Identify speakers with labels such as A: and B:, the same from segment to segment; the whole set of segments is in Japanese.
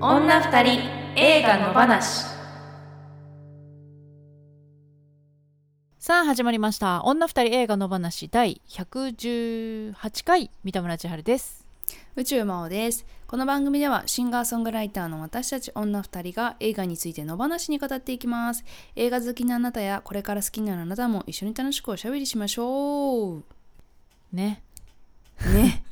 A: た二人映画の話
B: さあ始まりました女二人映画の話第118回三田村千春です
C: 宇宙魔王ですこの番組ではシンガーソングライターの私たち女二人が映画について野放しに語っていきます映画好きなあなたやこれから好きなあなたも一緒に楽しくおしゃべりしましょう
B: ね
C: ね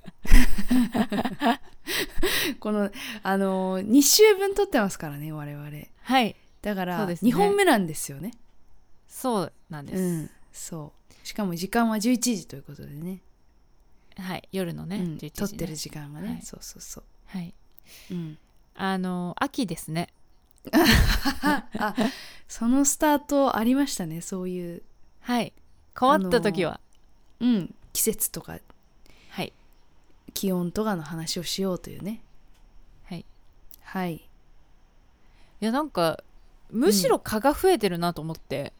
C: このあのー、2週分撮ってますからね我々
B: はい
C: だか
B: そ
C: ら、
B: うですね
C: 2本目なんですよね
B: そうなんで
C: う
B: す、
C: んそうしかも時間は11時ということでね
B: はい夜のね、
C: うん
B: 11時ね
C: 撮ってる時間がね、
B: はい
C: そうそうそ
B: はい、
C: ううん
B: あの秋ですね
C: あそのスタートありましたねそういう
B: はい困った時は、
C: うん、季節とか
B: はい
C: 気温とかの話をしようというね
B: はい
C: はい
B: いやなんかむしろ蚊が増えてるなと思って、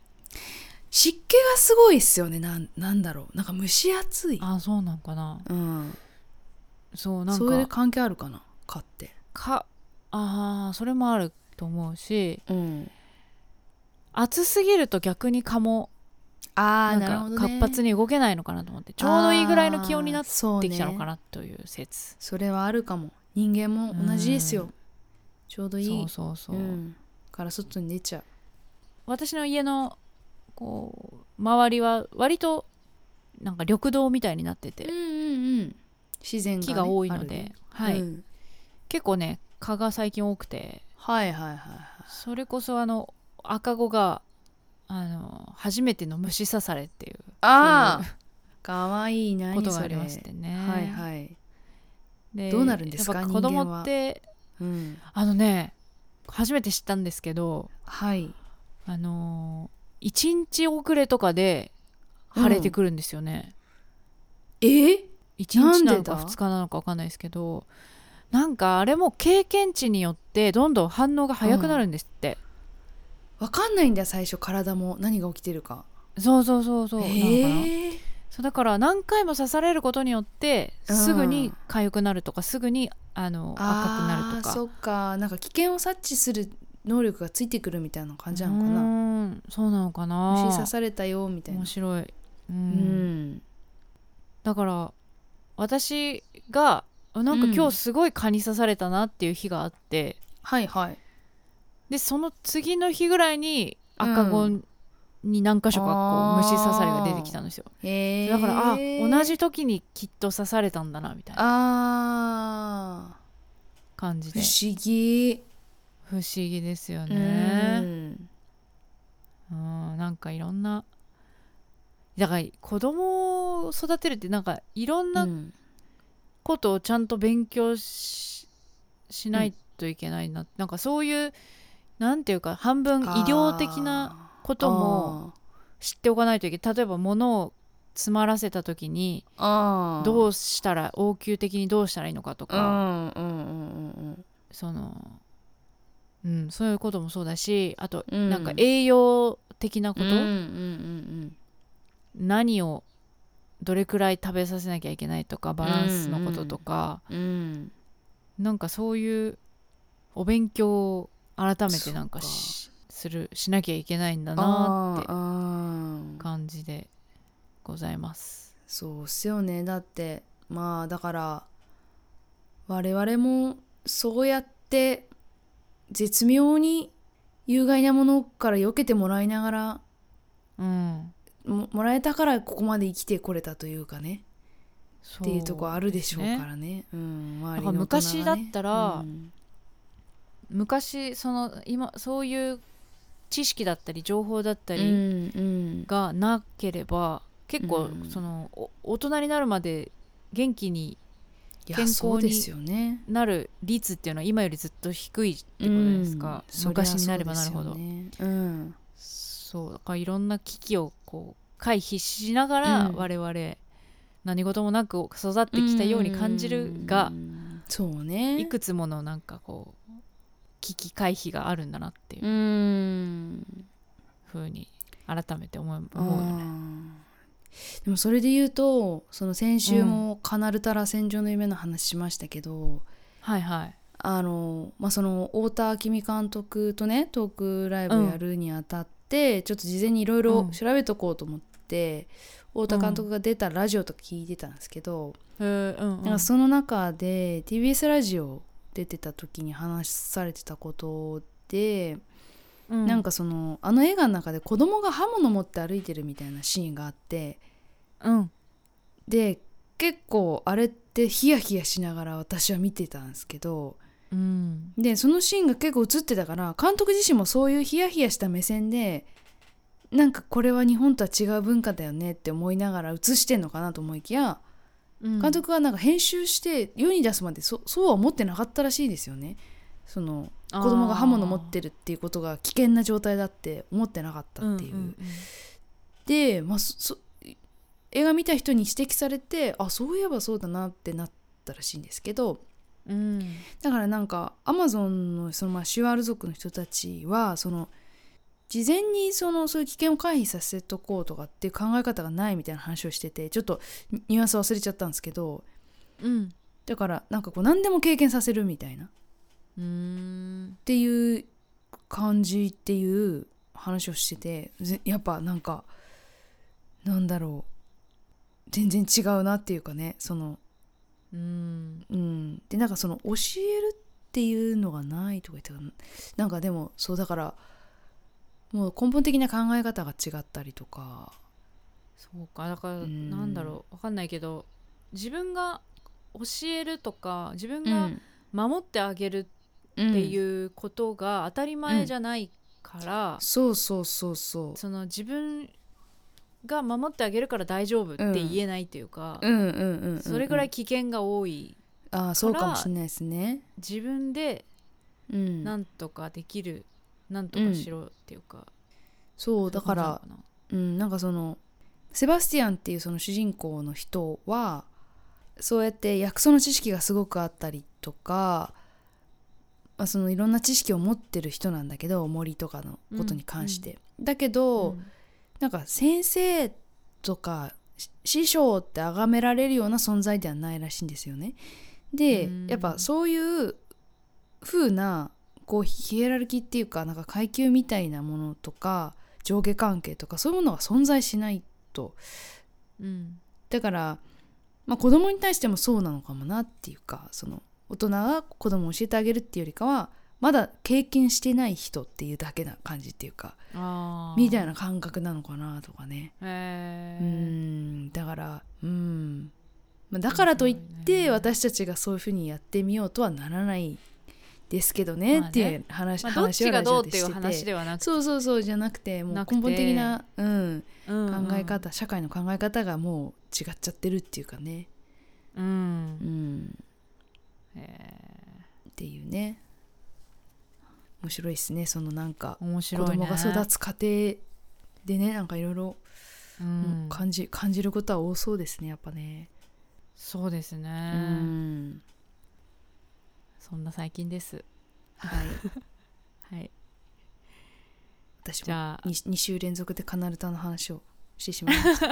C: 湿気がすごいっすよねなんなんだろうなんか蒸し暑い、
B: ああそうなんかな
C: うん、
B: そうなん
C: それで
B: か
C: 関係あるかな蚊って
B: 蚊ああそれもあると思うし
C: うん
B: 暑すぎると逆に蚊も
C: ああなる
B: な
C: ほ
B: ん
C: ど、
B: か
C: ね、
B: 活発
C: に
B: に動けないのかなと思ってちょうどいいぐらいの気温になっ
C: って
B: きたのか
C: ね、
B: なという説
C: それはあるかも人間も同じですよ、
B: うん
C: ちょうどいい
B: そうそうそう、
C: うん、から外に出ちゃう
B: 私の家のこう周りは割となんか緑道みたいになってて、
C: うんうんうん自然が、ね、
B: 木が多いの
C: ある
B: で、
C: ね
B: はい
C: うん
B: 結構ね蚊が最近多くて
C: はいはいはいはい
B: それこそあの赤子があの初めての虫刺されっていう
C: ああ かわいいな
B: ことがありましてね
C: はいはい、
B: で
C: どうなるんですか
B: やっぱ子
C: 人間
B: 供
C: は
B: って
C: うん、
B: あのね初めて知ったんですけど
C: はい
B: あのー、1日遅れとかで腫れてくるんですよね、
C: え
B: 一1日なのか
C: なんでだ
B: 2日なのか分かんないですけどなんかあれも経験値によってどんどん反応が早くなるんですって、
C: わかんないんだよ最初体も何が起きてるか
B: そうそうそうそう、なのかな
C: ええ
B: そうだから何回も刺されることによって
C: うん
B: すぐに痒くなるとかすぐにあの赤くなると
C: あーそ
B: か
C: っかなんか危険を察知する能力がついてくるみたいな感じな
B: う
C: のかな
B: ーんそうなのかな
C: 虫刺されたよみたいな
B: 面白い、う、
C: うんん
B: だから私があなんか
C: うん
B: 今日すごい蚊に刺されたなっていう日があって、
C: はいはい
B: でその次の日ぐらいに赤子に何箇所かこう
C: あー
B: 虫刺されが出てきたんですよ、
C: ええ
B: だからあ同じ時にきっと刺されたんだなみたいな
C: あ
B: 感じ
C: ー不
B: で
C: 思議
B: 不思議ですよね
C: うん
B: うんなんかいろんなだから子供を育てるってなんかいろん
C: う
B: なんことをちゃんと勉強ししないといけないな、なんかそういうなんていうか半分医療的なことも知っておかないといけない例えば物を詰まらせた時に
C: あーあー
B: どうしたら応急的にどうしたらいいのかと
C: う
B: か、
C: んうんうんうん
B: その、うん、そういうこともそうだしあと、
C: うん
B: なんか栄養的なこ
C: う
B: と、
C: んうんうんうん
B: 何をどれくらい食べさせなきゃいけないとかバランスのこととか、
C: うん
B: なんかそういうお勉強を改めてなんか
C: そっか
B: しするしなきゃいけないんだなって
C: って
B: 感じでございます。
C: そうっすよねだってまあだから我々もそうやって絶妙に有害なものから避けてもらいながら
B: うん、
C: ももらえたからここまで生きてこれたというかね
B: っ
C: っていうとこあるでしょうか
B: ね。
C: らねうん、周り
B: だから
C: の大人
B: 昔だ
C: がね
B: ったら
C: うん
B: 昔その今そういう知識だったり情報だった
C: う
B: り
C: んうん
B: がなければ結構
C: うん
B: その、お大人になるまで元気に
C: いや
B: 健康に
C: そうですよね
B: なる率っていうのは今よりずっと低いってことじゃないですか、
C: うん
B: 昔になればなるほど
C: そりゃそうですよねうん
B: そうだからいろんな危機をこう回避しながら
C: うん
B: 我々、何事もなく育ってきたように感じるが
C: う、んそうね
B: いくつものなんかこう危機回避があるんだなっていう
C: うーん
B: ふうに改めて思う
C: あ
B: 思うよね。
C: ーでもそれで言うとその先週も「カナルタら戦場の夢」の話しましたけど、
B: はいはい。
C: あの、まあ、その太田明美監督とねトークライブやるにあたって、ちょっと事前にいろいろ
B: うん
C: 調べとこうと思って、太田監督が出たラジオとか聞いてたんですけど、
B: えーうんうん
C: なんかその中で TBS ラジオ出てた時に話されてたことで、
B: うん
C: なんかそのあの映画の中で子供が刃物持って歩いてるみたいなシーンがあって
B: うん
C: で結構あれってヒヤヒヤしながら私は見てたんですけど
B: うん
C: でそのシーンが結構映ってたから監督自身もそういうヒヤヒヤした目線でなんかこれは日本とは違う文化だよねって思いながら映してんのかなと思いきや
B: うん
C: 監督がなんか編集して世に出すまでそそうは思ってなかったらしいですよね。その
B: あー
C: 子供が刃物持ってるっていうことが危険な状態だって思ってなかったっていう。
B: んん
C: で、まあ、そそ映画見た人に指摘されてあそういえばそうだなってなったらしいんですけど
B: うん
C: だからなんかアマゾンのそのまあシュワール族の人たちはその事前にそのそういう危険を回避させとこうとかっていう考え方がないみたいな話をしててちょっとニニュアンス忘れちゃったんですけど
B: うん
C: だからなんかこう何でも経験させるみたいなっ
B: うーん
C: ていう感じっていう話をしててぜやっぱなんかなんだろう全然違うなっていうかねその
B: うん
C: うん、でなんかその教えるっていうのがないとか言ってたなんかでもそうだからもう根本的な考え方が違ったりとか
B: そうかだから
C: うん
B: なんだろうわかんないけど自分が教えるとか自分
C: が
B: が守ってあげる
C: っ
B: って
C: う、
B: いうことが当たり前じゃないから、
C: そうそうそうそう
B: その自分が守ってあげるから大丈夫って言えないというか、
C: うんうんうんうんうん
B: それぐらい危険が多い
C: あーそうかもしれないですね
B: 自分で
C: うん
B: なんとかできる、なんとかしろっていうか、
C: そうだから
B: そういうこ
C: うん、なんかそのセバスティアンっていうその主人公の人はそうやって薬草の知識がすごくあったりとか、まあ、そのいろんな知識を持ってる人なんだけど森とかのことに関して。だけ
B: とな
C: ど、
B: のか
C: なんか先生とかし師匠って崇められるような存在ではないらしいんですよね。で、
B: うん
C: やっぱそういう風なこうヒエラルキーっていうかなんか階級みたいなものとか上下関係とかそういうものが存在しないと
B: なうん
C: だから、まあ、子供に対してもそうなのかもなっていうかその大人が子供を教えてあげるっていうよりかはまだ経験してない人っていうだけな感じっていうか
B: あー
C: みたいな感覚なのかなとかね。
B: へ
C: う
B: ー
C: ーんだからうんまあだからといって私たちがそういうふうにやってみようとはならないですけどね
B: まあね
C: っていう話,、
B: まあ、どっ
C: 話
B: ちが
C: をラジ
B: ど
C: オ
B: うっ
C: で
B: ていう
C: して
B: 話
C: て
B: ではなく
C: そうそうそうじゃなくてもう
B: なくて
C: 根本的なうん、
B: うんうん
C: 考え方社会の考え方がもう違っちゃってるっていうかね、
B: う
C: うんん、
B: へ
C: っていうね面白いですねそのなんか
B: ー面
C: 子
B: 白いね
C: 供が育つ過程でねなんかいろいろ
B: うん
C: 感じ感じることは多そうですねやっぱね。
B: そうですね、
C: うん
B: そんな最近です
C: はい、
B: はい
C: 私
B: じ
C: も
B: ゃあ
C: 2, 2週連続でカナルタの話をしてしまいました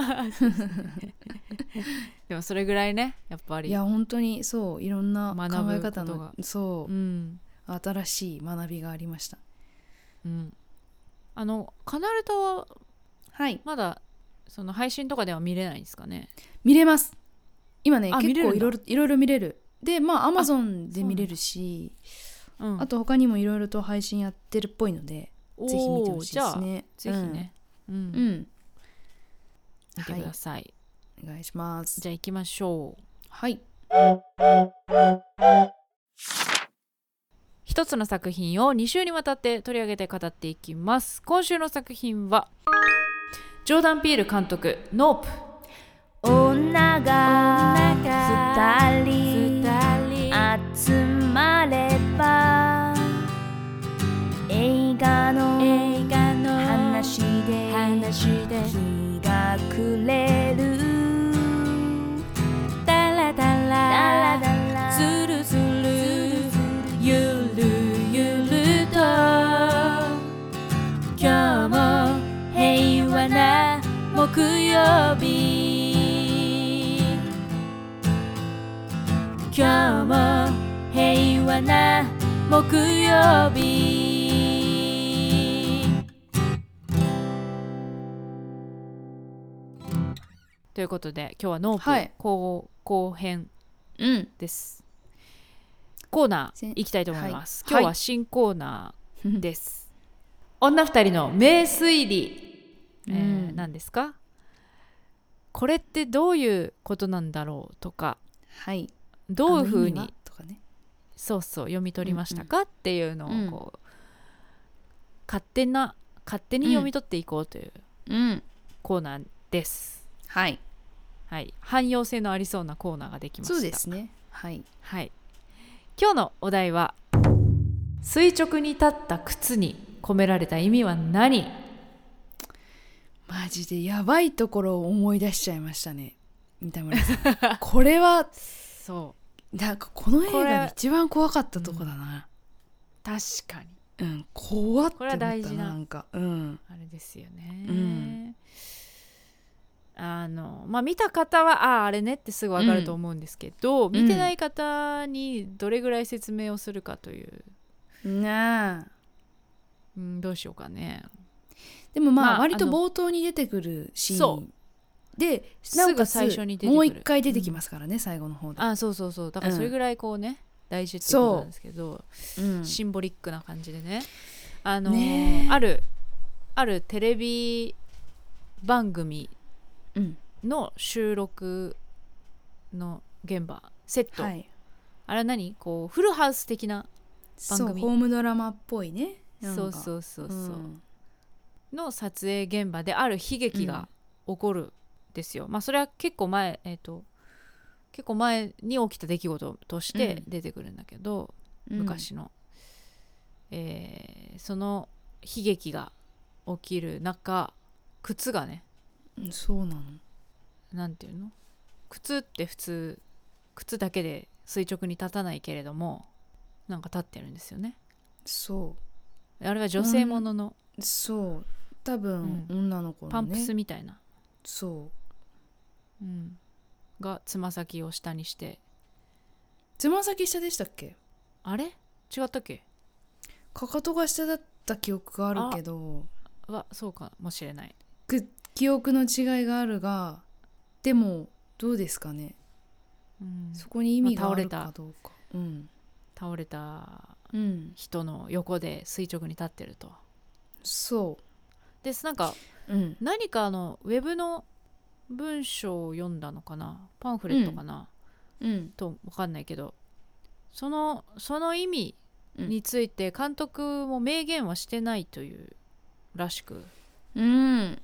B: でもそれぐ らいねやっぱり
C: いや本当にそういろんな
B: 学
C: 考
B: ぶ
C: え方
B: こと
C: の
B: が
C: そううん新しい学びがありました
B: うんあのカナルタは
C: はい
B: まだその配信とかでは見れないんですかね
C: 見れます今ね
B: あ
C: 結
B: 見れるんだ
C: 構いろいろいろいろ見れるでまあアマゾン
B: そう
C: で
B: なんだ
C: 見れるし
B: うん
C: あ,、と他にもいろいろと配信やってるっぽいので
B: おー
C: ぜひ見てほしいですね
B: じゃあぜひね、うん
C: うん、うん
B: 見てください、
C: お願いします
B: じゃあ行きましょう
C: はい
B: 一つの作品を2週にわたって取り上げて語っていきます今週の作品はジョーダン・ピール監督「ノープ」
A: 女が二
B: 二
A: 人
B: 人
A: 集まれば映画の話で日が暮れるダラダラズルズルゆるゆると今日も平和な木曜日今日も平和和な木曜日
B: ということで今日はノ
C: は
B: ー
C: い
B: プ後,、後編
C: うん
B: ですコーナ
C: せ
B: ーいきたいと思います、
C: はい
B: 今日は新コーナーです、女二人の名推理、えー
C: うん
B: 何ですかこれってどういうことなんだろうとか
C: はい
B: どういうふう
C: あの意味
B: に
C: はとかね
B: そうそう読み取りましたか、っていうのをこう、勝手な勝手に読み取っていこうという
C: うん
B: コーナーです、
C: はい
B: はい汎用性のありそうなコーナーができました
C: そうですねはい
B: はい今日のお題は垂直に立った靴に込められた意味は何
C: マジでやばいところを思い出しちゃいましたね三田村 さんこれは
B: そう
C: なんかこの映
B: こ
C: 画
B: れ
C: で一番怖かったとこだな
B: 確かに
C: うん、怖って思った
B: これは大事
C: な
B: な
C: なんかうん
B: あれですよね、
C: うん
B: あのまあ見た方はあああれねってすぐ分かると思うんですけど、見てない方にどれぐらい説明をするかという、
C: ね
B: うん、どうしようかね
C: えでもまあ、
B: まあ
C: 割と
B: あの
C: 冒頭に出てくるシー
B: そ
C: ンですなおか
B: ぐ
C: つ
B: 最初に出てくる
C: もう一回出てきますからね、最後の方で、
B: あそうそうそうだから
C: うん
B: それぐらいこうね、大事っていうことなんですけど
C: うん
B: シンボリックな感じでねあのー
C: ねえ
B: あるあるテレビ番組
C: うん
B: の収録の現場セット、
C: はい
B: あれ何こうフルハウス的な番
C: そう
B: 組
C: ホームドラマっぽいねなんか
B: そうそうそうそう、
C: うん
B: の撮影現場である悲劇が起こるんですよ、まあそれは結構前えっ、と結構前に起きた出来事として出てくるんだけど、
C: うん
B: 昔の、えーその悲劇が起きる中靴がね
C: うんそうなの
B: なんていうの靴って普通靴だけで垂直に立たないけれどもなんか立ってるんですよね
C: そ
B: あれは女性ものの
C: うそう多分、
B: う
C: 女の子のね
B: パンプスみたいな、
C: そう
B: うん、がつま先を下にして
C: つま先下でしたっけ
B: あれ違ったっけ
C: かかとが下だった記憶があるけど
B: はそうかもしれない
C: く記憶の違いがあるがでもどうですかね、
B: うん
C: そこに意味がある
B: まあ
C: か
B: 倒
C: どうか、うん
B: 倒れた
C: うん
B: 人の横で垂直に立ってると
C: そ
B: でなんか
C: ううん
B: 何かあのウェブの文章を読んだのかなパンフレットかな、
C: うん
B: と分かんないけどそのその意味について監督も明言はしてないというらしく
C: うん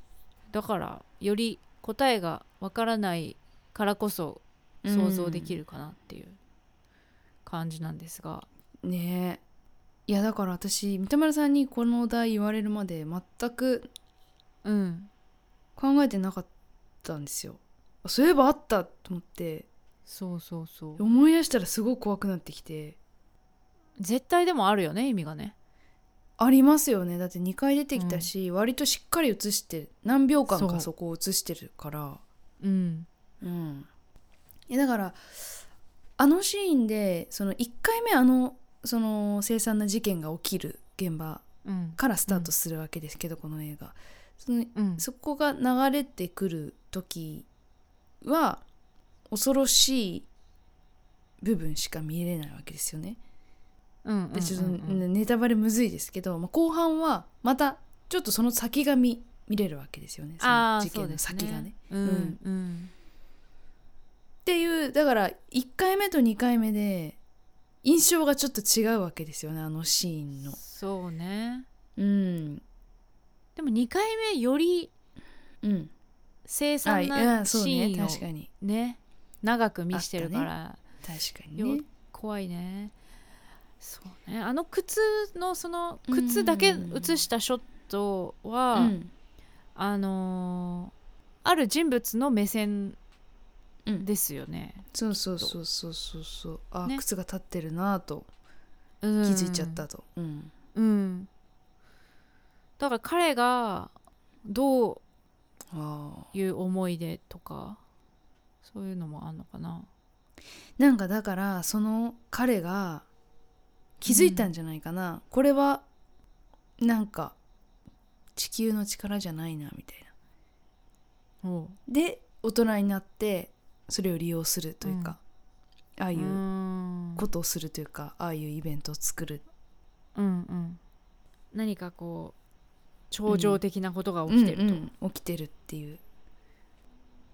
B: だからより答えが分からないからこそ想像できるかなっていう感じなんですが、
C: ねえいやだから私三田村さんにこのお題言われるまで全く
B: うん、
C: 考えてなかったんですよあそういえばあったと思って
B: そうそうそう
C: 思い出したらすごい怖くなってきて
B: 絶対でもあるよね意味がね
C: ありますよねだって2回出てきたし、割としっかり映して何秒間
B: そ
C: か
B: う
C: そこを映してるから
B: うん
C: うんいやだからあのシーンでその1回目あのその凄惨な事件が起きる現場
B: うん
C: からスタートするわけですけど、この映画その
B: うん
C: そこが流れてくる時は恐ろしい部分しか見れないわけですよね。
B: うんうん
C: でちょっと
B: うんうん
C: ねネタバレむずいですけど、まあ、後半はまたちょっとその先が見見れるわけですよねそ
B: あ
C: の
B: あ
C: 事件の先がね。
B: そうです
C: うん
B: ねうんうん
C: っていうだから1回目と2回目で印象がちょっと違うわけですよねあのシーンの。
B: そうね
C: うん
B: でも2回目より
C: うん、
B: 凄
C: は
B: 惨
C: い
B: な
C: うん
B: シ
C: そうね
B: ーンを
C: 確かに
B: ね長く見してるか
C: あ
B: ら、
C: 確かに
B: よ
C: ね。
B: 怖いねそうねあの靴のその靴だけ映したショットは、
C: うん
B: あのーある人物の目線
C: うん
B: ですよね、
C: そうそうそうそうそうそうあ、
B: ね
C: 靴が立ってるなぁと
B: うん
C: 気づいちゃったと、うん
B: うんだから彼がどう
C: あー
B: いう思い出とかそういうのもあんのかな
C: なんかだからその彼が気づいたんじゃないかな、これはなんか地球の力じゃないなみたいな
B: おう
C: で大人になってそれを利用するというか、ああいうう
B: ーん
C: ことをするというか、ああいうイベントを作る
B: うんうん何かこう超常的なことが起きてると、
C: うんうん起きてるっていう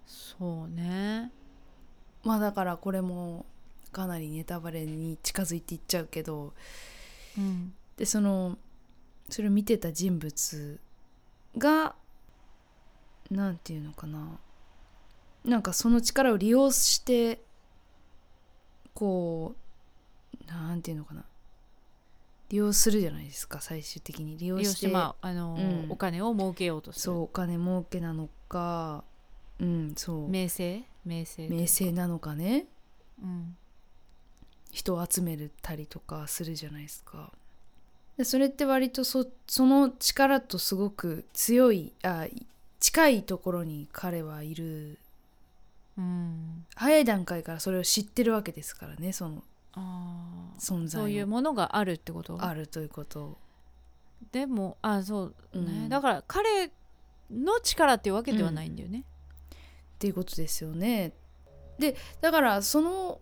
B: そうね
C: まあだからこれもかなりネタバレに近づいていっちゃうけど
B: うん
C: でそのそれを見てた人物がなんていうのかななんかその力を利用してこうなんていうのかな利用するじゃないですか最終的に利用
B: 利用
C: し
B: して
C: て
B: まああのー、
C: うん
B: お金を儲けようとする
C: そうお金儲けなのかうんそう
B: 名声名声
C: 名声なのかね
B: うん
C: 人を集めたりとかするじゃないですか。でそれって割とそその力とすごく強いあい近いところに彼はいる
B: うん
C: 早い段階からそれを知ってるわけですからねその
B: あー
C: 存
B: そうい
C: 在
B: う
C: が
B: ものがあるってこと
C: あるということを
B: でもあそうね、
C: うん
B: だから彼の力っていうわけではないんだよね、
C: っていうことですよね。でだからその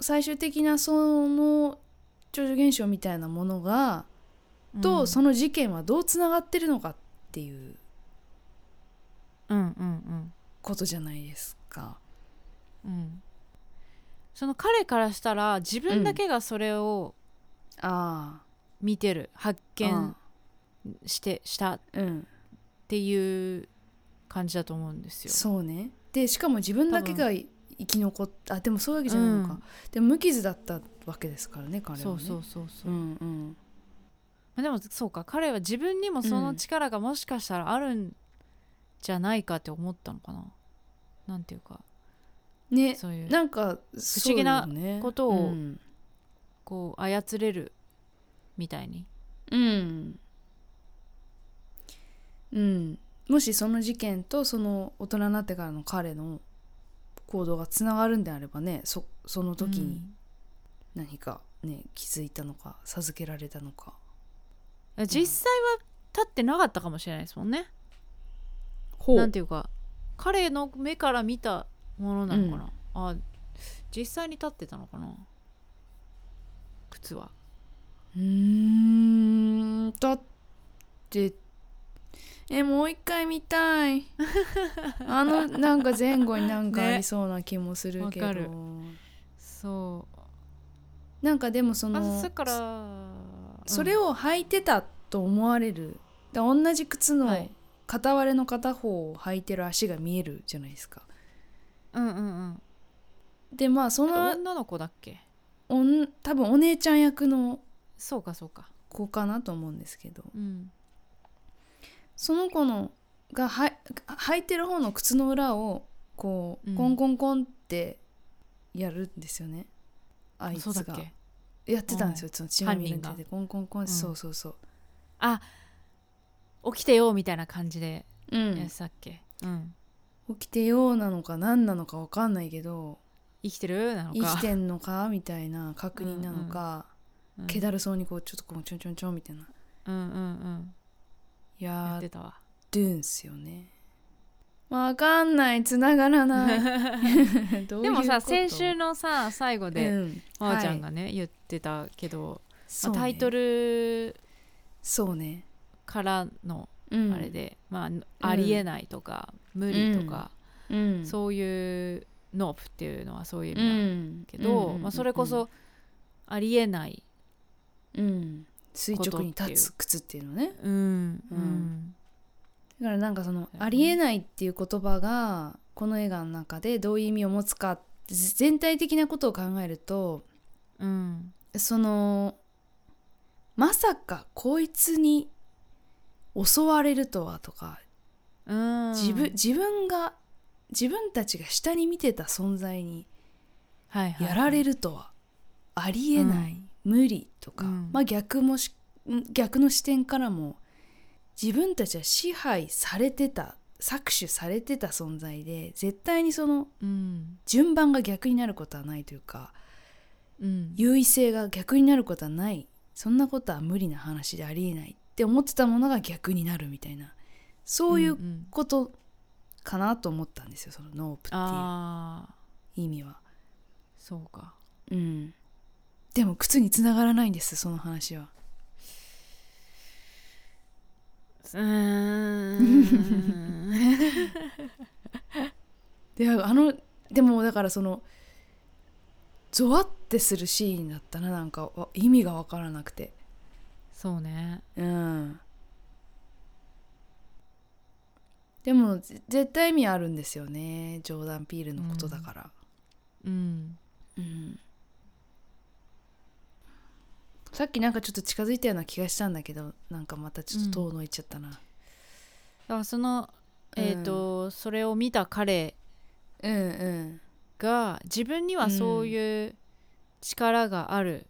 C: 最終的なその超常現象みたいなものが、
B: うん
C: とその事件はどうつながってるのかっていう
B: うんうん
C: ことじゃないですか。
B: うんうんその彼からしたら自分だけがそれを
C: ああ
B: 見てる、発見してしたっ
C: うん
B: ていう感じだと思うんですよ。
C: そうねでしかも自分だけが生き残ったあでもそういうわけじゃないのか、
B: うん
C: でも無傷だったわけですからね彼はね
B: そうそうそうそう、
C: う
B: ま
C: んうん
B: あでもそうか彼は自分にもその力がもしかしたらあるんじゃないかって思ったのかな。なんていうか
C: ね
B: そういう
C: なんか
B: 不思議な
C: そうよね
B: ことを
C: うん、
B: こう操れるみたいに。
C: うんうんもしその事件とその大人になってからの彼の行動がつながるんであればねそその時
B: う
C: に
B: ん
C: 何かね気づいたのか授けられたのか
B: 実際は立ってなかったかもしれないですもんね。
C: ほ
B: なんていうか彼の目から見たものなのかな、あ実際に立ってたのかな靴は
C: うーんだってえもう一回見 たいあのなんか前後になんか
B: ね
C: ありそうな気もするけど、
B: わかるそう
C: なんかでもそ
B: あ
C: の
B: だから、
C: それを履いてたと思われるだから同じ靴
B: は
C: の
B: い
C: 片割れの片方を履いてる足が見えるじゃないですか
B: うんうんうん
C: でまあその
B: 女の子だっけ
C: おん多分お姉ちゃん役の
B: そうかそうか
C: 子かなと思うんですけど
B: うん
C: その子のがは履いてる方の靴の裏をこう、
B: うん
C: コンコンコンってやるんですよねあいつ
B: そうだっ
C: が
B: け
C: やってたんですよ、その血まみれに
B: 犯
C: 出
B: 人
C: てコンコンコン、
B: ん
C: そうそうそう
B: 起きてよみたいな感じで
C: う
B: や
C: ん
B: つだっけ、うん、
C: 起きてようなのか何なのか分かんないけど
B: 生きてるなの
C: 生
B: か
C: きてんのかみたいな確認なのか、
B: うん
C: 気だるそうにこうちょっとこうちょんちょんちょんみたいな
B: うんうんうんや
C: や
B: ってたわ
C: るんすよね分かんない繋がら ない どうい
B: で
C: うこ
B: も
C: と
B: さ先週のさ最後
C: う
B: で
C: ん
B: まーちゃ
C: はい
B: んがね、言ってたけど、
C: そ
B: まあ
C: うね
B: タイトル
C: そうね、
B: からの
C: うん
B: あれで、まあ、ありえないとか、無理とか、
C: うん、
B: そういうノープっていうのはそういう意
C: う
B: 味なんだ
C: ん
B: けど、
C: うん
B: まあ、それこそありえない、
C: うん垂直に立つ靴っていうのね
B: うんうん
C: だからなんかその
B: うん
C: ありえないっていう言葉がこの映画の中でどういう意味を持つか全体的なことを考えると
B: うん
C: そのまさかこいつに襲われるとはとか
B: うん
C: 自分,、自分が自分たちが下に見てた存在に
B: はいはい
C: やられ
B: る
C: るとはありえない、無理とか、
B: うん
C: まあ逆もし逆の視点からも自分たちは支配されてた搾取されてた存在で絶対にその
B: うん
C: 順番が逆になることはないというか
B: うん
C: 優位性が逆になることはないそんなことは無理な話でありえないって思ってたものが逆になるみたいなそういうん
B: ん
C: ことかなと思ったんですよそのノープっ
B: ああ
C: ていう意味は。
B: そうか
C: うん、でも靴につながらないんですその話は。
B: うーん
C: であのでもだからそのゾワってするシーンだったななんかわ意味が分からなくて
B: そうね
C: うんでもぜ絶対意味あるんですよねジョーダン・ピールのことだから
B: うん
C: うん、さっきなんかちょっと近づいたような気がしたんだけどなんかまたちょっと遠のいちゃったな
B: だからそのえっ、と、それを見た彼
C: うんうん
B: が自分にはそういう力がある、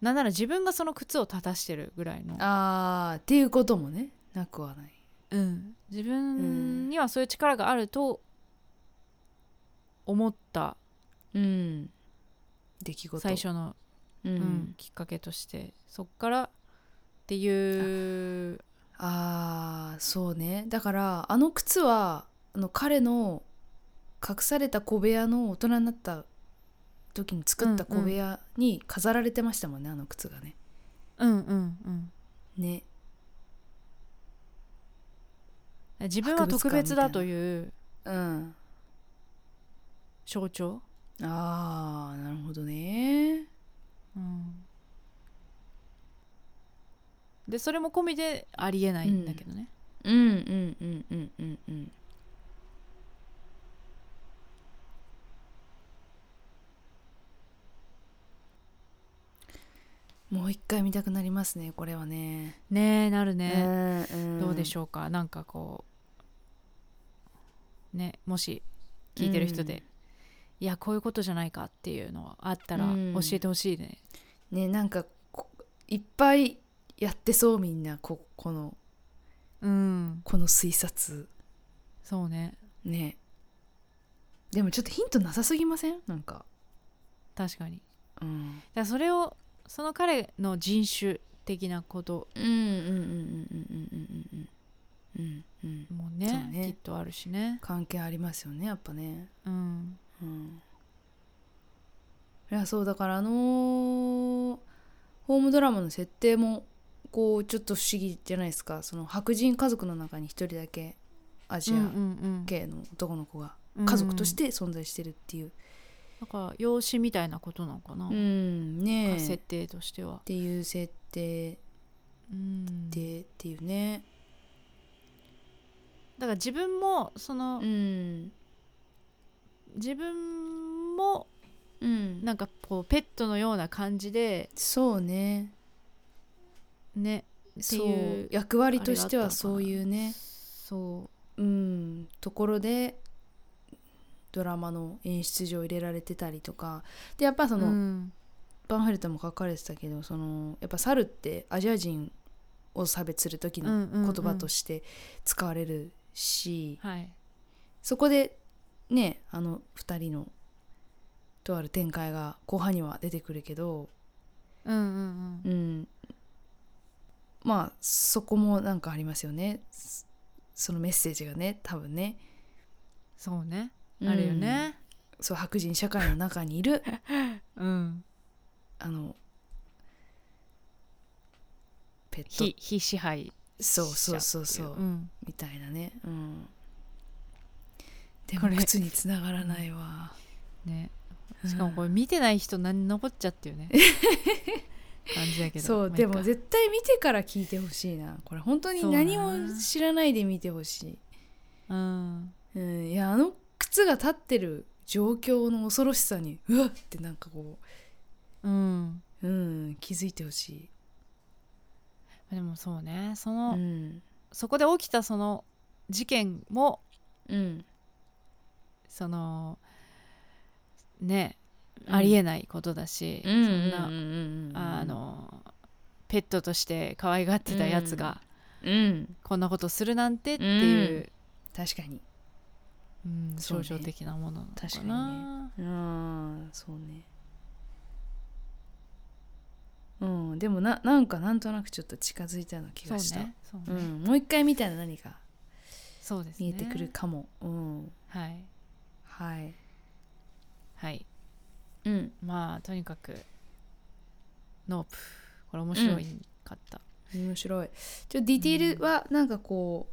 B: なんなら自分がその靴を立たしてるぐらいの、
C: あーっていうこともねなくはない
B: うん、自分にはそういう力があると思った
C: うん出来事
B: 最初の、
C: うん、
B: うんきっかけとしてそっからっていう
C: あーそうねだからあの靴はあの彼の隠された小部屋の大人になった時に作った小部屋に飾られてましたもんね、あの靴がね。
B: うんうん
C: ね
B: うん自分は特別だという
C: うん
B: 象徴、
C: あーなるほどね
B: うん、でそれも込みでありえないんだけどね、
C: うんうんうんうんうんうんもう一回見たくなりますねこれはね。
B: ねえなるね、
C: うん
B: どうで
C: ょう
B: しょうかなんかこうねもし聞いてる人で、いやこういうことじゃないかっていうのはあったら
C: うん
B: 教えてほしいね、
C: ねなんかこいっぱいやってそうみんなここの
B: うん、
C: この推察
B: そうね
C: ねでもちょっとヒントなさすぎませんなんか
B: 確かにだか
C: うん、
B: らそれをその彼の人種的なこと
C: うんうんうんうんうんうんうんうんうんうん
B: も
C: そう
B: ね
C: ね
B: きっとあるしね
C: 関係ありますよねやっぱね
B: うん
C: うんいやそうだからあのーホームドラマの設定もこうちょっと不思議じゃないですかその白人家族の中に一人だけアジア
B: うんうん
C: 系の男の子が
B: うん
C: 家族として存在してるっていう、
B: なんか養子みたいなことなのかな、
C: うん、ねえ
B: 設
C: っ
B: 定としては、
C: ていう設定
B: うん、だか
C: でっていうね
B: ら自分もその、
C: うん
B: 自分も
C: うん
B: なんかこうペットのような感じで
C: そうね
B: ねって
C: そ
B: いう
C: う役割としてはそういうね
B: そう
C: うんところでドラマの演出上入れられてたりとかでやっぱその、
B: うん
C: パンフレットも書かれてたけどそのやっぱ猿ってアジア人を差別する時
B: うん
C: の
B: うん
C: 言
B: うん
C: 葉として使われるし、
B: はい
C: そこでねあの2人のとある展開が後半には出てくるけど、
B: うんうん
C: うん、まあそこもなんかありますよねそそのメッセージがね多分ね、
B: そうねあるよね
C: うんそう白人社会の中に いる
B: うん
C: あのペット
B: 非非支配
C: そうそうそうそう、
B: ん
C: みたいなね、うん、で
B: こ
C: も
B: れ
C: 靴につながらないわ
B: ねしかもこれ見てない人何残っちゃってるね 感じだけど
C: そう
B: まあいい
C: で
B: か
C: も絶対見てから聞いてほしいなこれ本当に
B: そうだな
C: 何も知らないで見てほし
B: うん
C: い、うん、いやあの靴が立ってる状況の恐ろしさにうわっってなんかこ
B: うん
C: う、うん、気づいてほしい、
B: でもそうねそうの、
C: ん
B: そこで起きたその事件も
C: うん、
B: そのねありえないことだし、
C: うん
B: そんな、
C: うんうんうん
B: あのペットとして可愛がってたやつが
C: うん
B: こんなことするなんてっていう、
C: 確かに
B: うん
C: そう
B: 象
C: ね
B: 徴的なものなのか
C: 確かに
B: な
C: ああそうねうん、でもななんかなんとなくちょっと近づいたような気
B: そう
C: がしたう,、
B: ねそうね、
C: ん、もう一回見たら何か
B: そうですね
C: 見えてくるかも、うん
B: はい
C: はい
B: はい
C: うん
B: まあとにかくノープこれ面白いかった、
C: 面白いちょディティールはなんかこ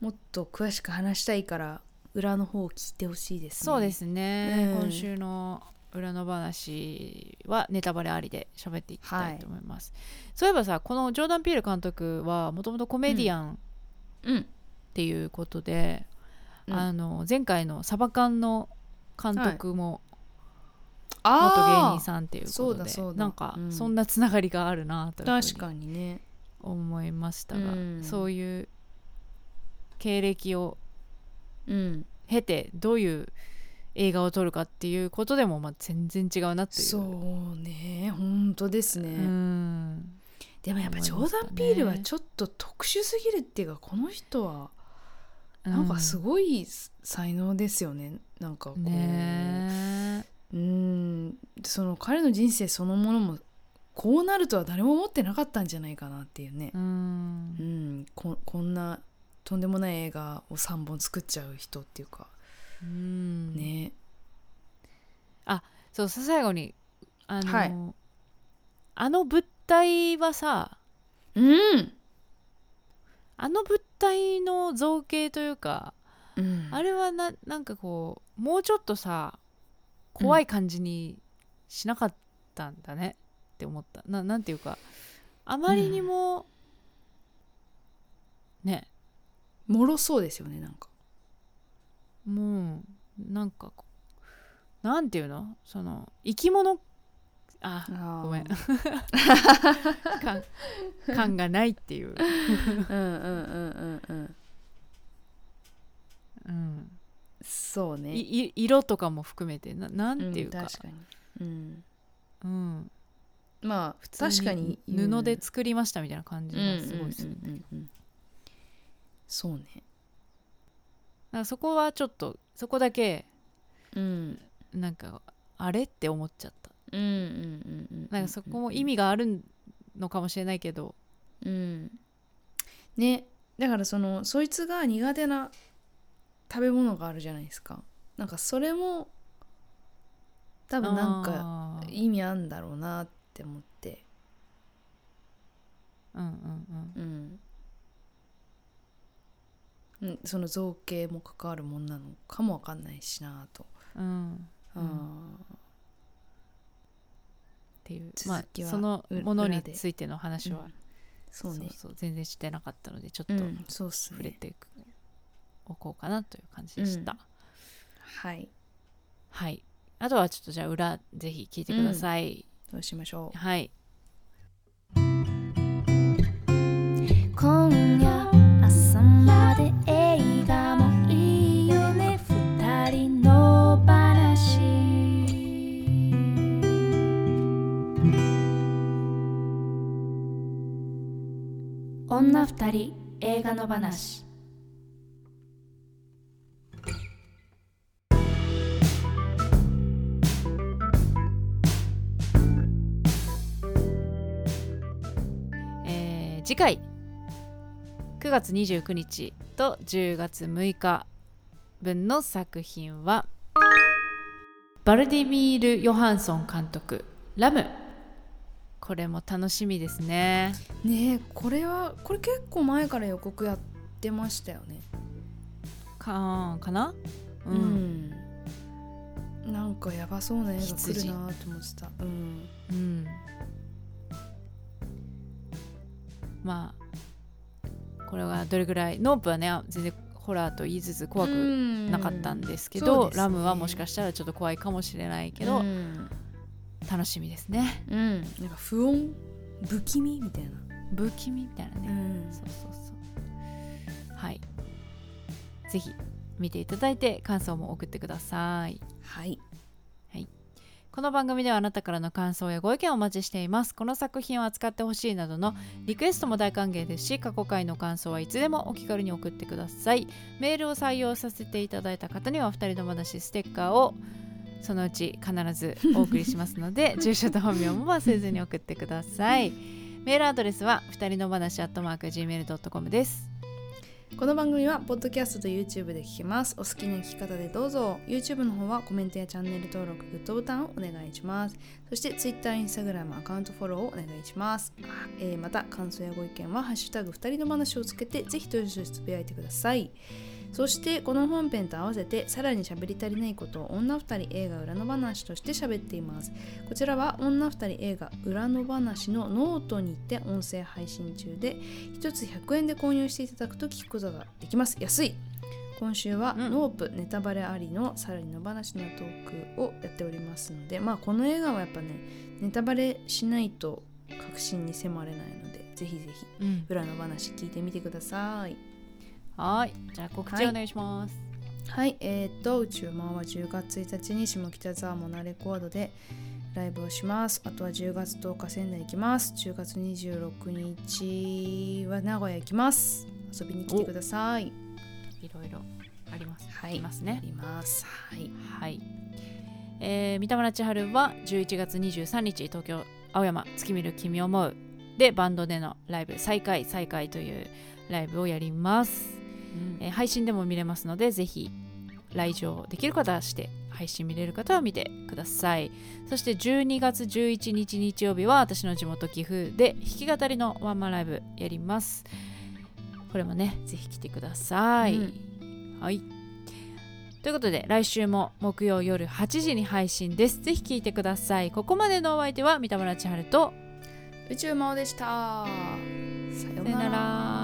C: う、もっと詳しく話したいから裏の方を聞いてほしいですね
B: そうですね、
C: うん
B: 今週の裏の話はネタバレありで喋っていきたいと思います、そういえばさこのジョーダン・ピール監督はもともとコメディアンっ
C: うん
B: ていうことで、
C: うん
B: あの前回のサバ缶の監督も元芸
C: あ
B: 人
C: ー
B: さんっていうこ
C: そ
B: と
C: う
B: で、
C: だそうだ
B: なんか
C: うん
B: そんなつながりがあるなというふうに
C: 確かにね
B: 思いましたが、
C: うん
B: そういう経歴を
C: うん
B: 経てどういう映画を撮るかっていうことでもまあ全然違うなっていう
C: そうね本当ですね、
B: うん
C: でもやっぱジョーダン・ピールはちょっと特殊すぎるっていうかこの人はなんかす
B: ご
C: ごい才能ですよねなんかこう、
B: ね
C: うんその彼の人生そのものもこうなるとは誰も思ってなかったんじゃないかなっていうね
B: えう、
C: うん
B: ん
C: ここんなとんでもない映画を3本作っちゃう人っていうか
B: うん
C: ね、
B: そうさ最後にあの、
C: はい
B: あの物体はさ
C: うん、
B: あの物体の造形というか
C: うん、
B: あれはななんかこうもうちょっとさ怖い感じにしなかったんだねって思った、ななんていうかあまりにも、ね
C: もろそうですよねなんか
B: もうなんかこうなんていうのその生き物あご
C: ご
B: めん
C: うん
B: 感感がないっていう、
C: うんうんうんうん
B: うん、
C: そうね
B: いい色とかも含めてななんていうか,、
C: ん、確かに、うん、
B: うん、
C: まあ
B: 普通
C: 確かに
B: 布で作りましたみたいな感じがすごいする、
C: うんうんうんうんそうね
B: なんかそこはちょっとそこだけ
C: うん
B: なんかあれって思っちゃった
C: うんうんうんうん
B: なんかそこも意味があるのかもしれないけど
C: うんねだからそのそいつが苦手な食べ物があるじゃないですかなんかそれも多分なんか
B: あー
C: 意味あんだろうなって思って
B: うんうん
C: うん、うん、その造形も関わるもんなのかもわかんないしなと、
B: うんうん
C: あ
B: う
C: ー
B: んっていうまあ
C: 続きは
B: そのもの
C: 裏
B: に
C: で
B: ついての話は、
C: うんそうね
B: そう全然してなかったのでちょっ
C: う
B: と
C: んそうっす
B: 触れ
C: ね
B: ておこうかなという感じでした、
C: うんはい
B: はいあとはちょっとじゃあ裏ぜひ聞いてください、
C: どうしましょう
B: はい
A: 今夜朝まで映画もいいよね二人の話女二人映画の話
B: えー次回9月29日と10月6日分の作品はバルディミール・ヨハンソン監督「ラム」これも楽しみですね
C: ねえこれはこれ結構前から予告やってましたよね
B: かかなう、
C: うんん、なんかやばそうな映画来るなと思ってたうん
B: うん、まあこれはどれぐらいノープはね全然ホラーと言いつつ怖くなかったんですけ
C: うん
B: ど、
C: そうですね
B: ラムはもしかしたらちょっと怖いかもしれないけど、
C: うん、
B: 楽しみですね
C: うんなんか不穏不気味みたいな、
B: 不気味みたいな
C: う
B: ね、
C: ん
B: そうそうそうはいぜひ見ていただいて感想も送ってください
C: はい
B: この番組ではあなたからの感想やご意見をお待ちしていますこの作品を扱ってほしいなどのリクエストも大歓迎ですし過去回の感想はいつでもお気軽に送ってくださいメールを採用させていただいた方には2人の話ステッカーをそのうち必ずお送りしますの で住所と本名も忘れずに送ってくださいメールアドレスは二人の話アットマーク Gmail.com です
C: この番組はポッドキャストと YouTube で聞けますお好きな聞き方でどうぞ YouTube の方はコメントやチャンネル登録グッドボタンをお願いしますそして Twitter、Instagram アカウントフォローをお願いします、えーまた感想やご意見は「ハッシュタグ二人の話」をつけてぜひどしどしつぶやいてくださいそしてこの本編と合わせてさらに喋り足りないことを女二人映画裏の話として喋っていますこちらは女二人映画裏の話のノートにて音声配信中で1つ100円で購入していただくと聞くことができます安い今週は、
B: うん
C: ノープネタバレありのさらにの話のトークをやっておりますのでまあこの映画はやっぱねネタバレしないと確信に迫れないのでぜひぜひ
B: うん
C: 裏の話聞いてみてください
B: はーいじゃあ告知お願いします
C: はい、えー、っと、宇宙マンは10月1日に下北沢モナレコードでライブをします。あとは10月10日仙台行きます。10月26日は名古屋行きます。遊びに来てください。
B: いろいろあります
C: は
B: あ
C: い、
B: りますね
C: あります。はい。
B: はい、えー三田村千春は11月23日東京青山月見る君を思うでバンドでのライブ再開再開というライブをやります、えー配信でも見れますのでぜひ来場できる方はして配信見れる方は見てくださいそして12月11日日曜日は私の地元岐阜で弾き語りのワンマンライブやりますこれもねぜひ来てください、はいということで来週も木曜夜8時に配信ですぜひ聞いてくださいここまでのお相手は三田村千春と
C: 宇宙マオでした。さ
B: さ
C: よ
B: よ
C: う
B: な
C: なら。
B: ら